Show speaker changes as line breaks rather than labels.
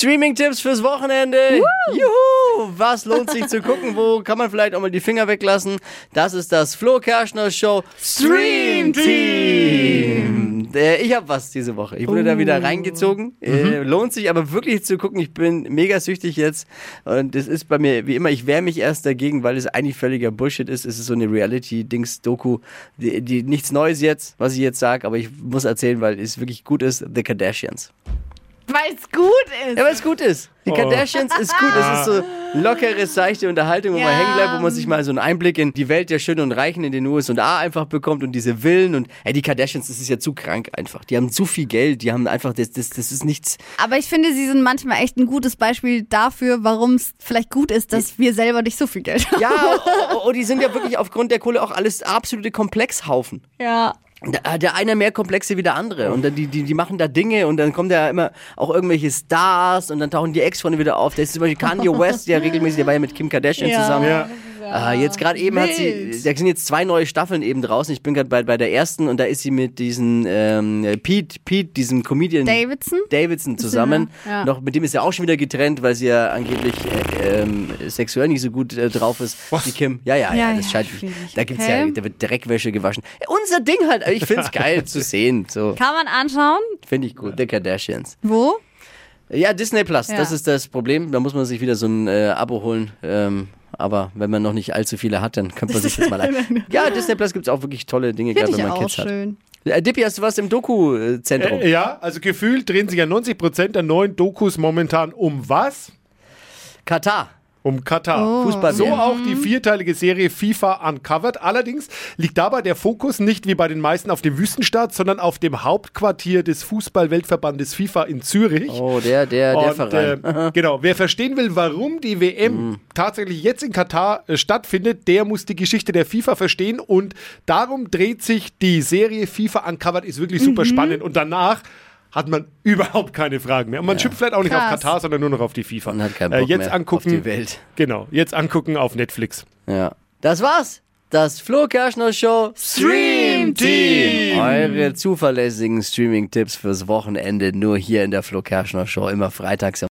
Streaming-Tipps fürs Wochenende. Juhu! Was lohnt sich zu gucken? Wo kann man vielleicht auch mal die Finger weglassen? Das ist das Flo Kerschner Show Stream Team. Äh, Ich habe was diese Woche. Ich wurde da wieder reingezogen. Äh, Lohnt sich aber wirklich zu gucken. Ich bin mega süchtig jetzt. Und es ist bei mir, wie immer, ich wehre mich erst dagegen, weil es eigentlich völliger Bullshit ist. Es ist so eine Reality-Dings-Doku, die, die nichts Neues jetzt, was ich jetzt sage, aber ich muss erzählen, weil es wirklich gut ist. The Kardashians.
Weil es gut ist.
Ja, weil es gut ist. Die Kardashians ist gut. Es ist so lockere, seichte Unterhaltung, wo man
Ja.
hängen bleibt, wo man sich mal so einen Einblick in die Welt der Schönen und Reichen in den USA einfach bekommt und diese Villen und ey, die Kardashians, das ist ja zu krank einfach. Die haben zu viel Geld, die haben einfach, das, das, das ist nichts.
Aber ich finde, sie sind manchmal echt ein gutes Beispiel dafür, warum es vielleicht gut ist, dass wir selber nicht so viel Geld haben.
Ja, oh, oh, oh, die sind ja wirklich aufgrund der Kohle auch alles absolute Komplexhaufen.
Ja.
ah, Der, der eine mehr Komplexe wie der andere. Und dann die, die, die machen da Dinge und dann kommen da immer auch irgendwelche Stars und dann tauchen die Ex-Freunde wieder auf. Da ist zum Beispiel Kanye West, der regelmäßig, der war ja mit Kim Kardashian
Ja.
zusammen.
Ja.
Ah, jetzt gerade eben hat sie,
Wild.
da sind jetzt zwei neue Staffeln eben draußen. Ich bin gerade bei, bei der ersten und da ist sie mit diesem ähm, Pete, Pete, diesem Comedian
Davidson?
Davidson zusammen.
Ja.
Noch mit dem ist ja auch schon wieder getrennt, weil sie ja angeblich äh, ähm, sexuell nicht so gut äh, drauf ist. Die Kim. Ja, ja, ja,
Ja,
das
ja,
scheint.
schwierig.
Da gibt's ja,
Okay.
da wird Dreckwäsche gewaschen. Äh, Unser Ding halt. Ich find's geil zu sehen. So
Kann man anschauen.
finde ich gut. The Kardashians.
Wo?
Ja, Disney Plus.
Ja.
Das ist das Problem. Da muss man sich wieder so ein äh, Abo holen. Ähm, aber wenn man noch nicht allzu viele hat, dann könnte man sich das mal leisten. Ja, Disney Plus gibt's auch wirklich tolle Dinge, gerade
Finde
wenn
ich
man
auch
Kids hat.
schön.
Äh, Dippi, hast du was im Doku-Zentrum?
Äh, ja, also gefühlt drehen sich ja 90% der neuen Dokus momentan um was?
Katar.
Um Katar.
Fußball.
So auch die vierteilige Serie FIFA Uncovered. Allerdings liegt dabei der Fokus nicht wie bei den meisten auf dem Wüstenstaat, sondern auf dem Hauptquartier des Fußball-Weltverbandes FIFA in Zürich.
Oh, der, der, der Verein. Mhm.
äh, genau, wer verstehen will, warum die WM tatsächlich jetzt in Katar äh, stattfindet, der muss die Geschichte der FIFA verstehen und darum dreht sich die Serie FIFA Uncovered, ist wirklich super spannend und danach hat man überhaupt keine Fragen mehr. Und man schippt vielleicht auch nicht auf
Krass.
Katar, sondern nur noch auf die FIFA. Äh,
Man hat keinen Bock
jetzt
mehr
angucken,
auf die Welt.
Genau, jetzt angucken auf Netflix.
Ja. Das war's. Das Flo Kerschner Show
Stream Team.
Eure zuverlässigen Streaming-Tipps fürs Wochenende nur hier in der Flo Kerschner Show. Immer freitags